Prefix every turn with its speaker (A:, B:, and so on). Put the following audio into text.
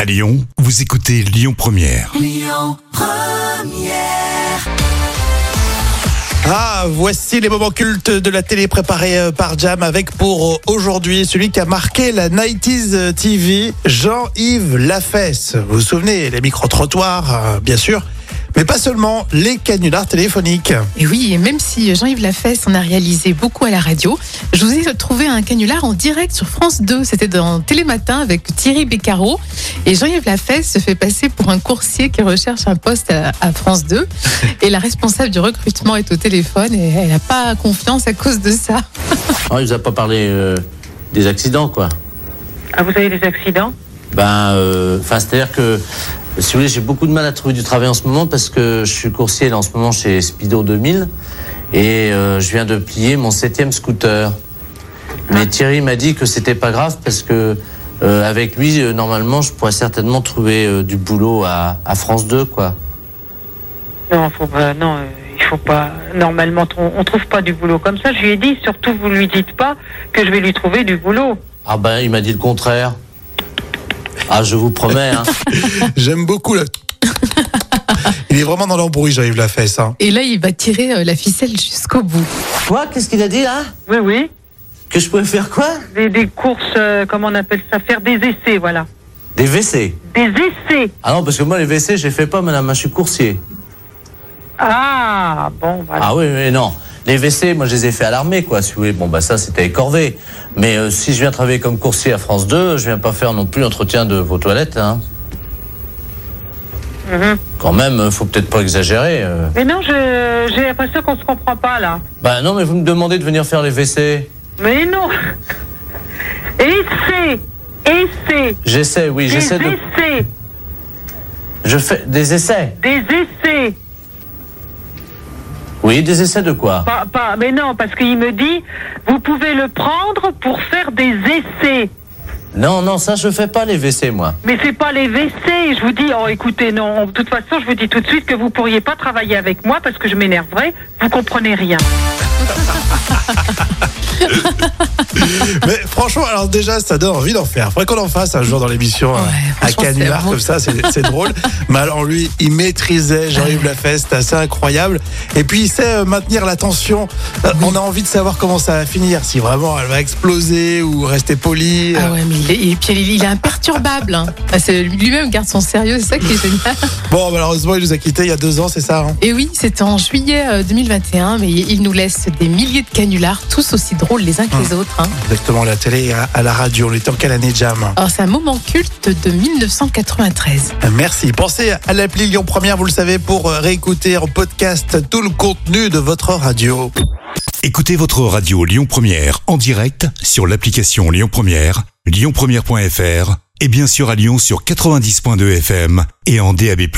A: À Lyon, vous écoutez Lyon Première.
B: Ah, voici les moments cultes de la télé préparés euh, par Jam avec pour euh, aujourd'hui celui qui a marqué la 90s TV, Jean-Yves Lafesse. Vous vous souvenez, les micro-trottoirs, euh, bien sûr, mais pas seulement les canulars téléphoniques.
C: Et oui, et même si Jean-Yves Lafesse en a réalisé beaucoup à la radio, je vous ai trouvé un canular en direct sur France 2. C'était dans Télématin avec Thierry Beccaro. Et Jean-Yves Lafesse se fait passer pour un coursier qui recherche un poste à, à France 2. Et la responsable du recrutement est au téléphone et elle n'a pas confiance à cause de ça.
D: Oh, il nous a pas parlé euh, des accidents, quoi.
E: Ah, vous avez des accidents
D: Ben, euh, enfin, c'est-à-dire que, si vous voulez, j'ai beaucoup de mal à trouver du travail en ce moment parce que je suis coursier là, en ce moment chez Speedo 2000 et euh, je viens de plier mon septième scooter. Mais Thierry m'a dit que c'était pas grave parce que euh, avec lui, euh, normalement, je pourrais certainement trouver euh, du boulot à, à France 2, quoi.
E: Non, faut pas- non, euh, il faut pas. Normalement, on, on trouve pas du boulot comme ça. Je lui ai dit, surtout, vous lui dites pas que je vais lui trouver du boulot.
D: Ah ben, il m'a dit le contraire. Ah, je vous promets. Hein.
B: J'aime beaucoup le... Il est vraiment dans l'embrouille, Jean-Yves Lafesse. hein.
C: Et là, il va tirer euh, la ficelle jusqu'au bout.
D: Quoi Qu'est-ce qu'il a dit là
E: Oui, oui.
D: Que je pouvais faire quoi
E: Des, des courses, euh, comment on appelle ça Faire des essais, voilà.
D: Des WC.
E: Des essais
D: Ah non, parce que moi, les WC, je les fais pas, madame, hein, je suis coursier.
E: Ah, bon, voilà.
D: Ah oui, mais non. Les WC, moi, je les ai fait à l'armée, quoi, si vous voulez. Bon, bah, ça, c'était écorvé. Mais euh, si je viens travailler comme coursier à France 2, je viens pas faire non plus l'entretien de vos toilettes, hein.
E: Mm-hmm.
D: Quand même, euh, faut peut-être pas exagérer. euh.
E: Mais non, je- j'ai l'impression qu'on se comprend pas, là.
D: Bah, non, mais vous me demandez de venir faire les WC.
E: Mais non Essais Essais
D: J'essaie, oui,
E: Des
D: j'essaie de.
E: essais
D: Je fais des essais.
E: Des essais
D: Oui, des essais de quoi
E: Pas- pas- mais non, parce qu'il me dit, vous pouvez le prendre pour faire des essais.
D: Non, non, ça, je fais pas les WC, moi.
E: Mais c'est pas les WC. Je vous dis, oh écoutez, non, de toute façon, je vous dis tout de suite que vous pourriez pas travailler avec moi parce que je m'énerverais. Vous comprenez rien.
B: Mais franchement, alors déjà, ça donne envie d'en faire. Faudrait qu'on en fasse un jour dans l'émission un- un
C: franchement,
B: canular
C: c'est
B: comme ça, c'est c'est drôle. Mais alors lui, il maîtrisait Jean-Yves Lafesse, c'est assez incroyable. Et puis il sait euh, maintenir la tension. Euh, On a envie de savoir comment ça va finir, si vraiment elle va exploser ou rester polie.
C: Ah ouais, mais il est, et puis il est imperturbable. hein. Ah, c'est- Lui-même garde son sérieux, c'est ça qui est génial.
B: Bon, malheureusement, il nous a quittés il y a deux ans, c'est ça. hein
C: Et oui, c'était en juillet euh, 2021, mais il nous laisse des milliers de canulars, tous aussi drôles les uns que les autres. hein.
B: Exactement, la télé à, à la radio. On était en quelle année, Jam
C: Alors, c'est un moment culte de 1993.
B: Merci. Pensez à l'appli Lyon Première, vous le savez, pour euh, réécouter en podcast tout le contenu de votre radio.
A: Écoutez votre radio Lyon Première en direct sur l'application Lyon Première, lyonpremière.fr et bien sûr à Lyon sur 90.2 FM et en DAB+.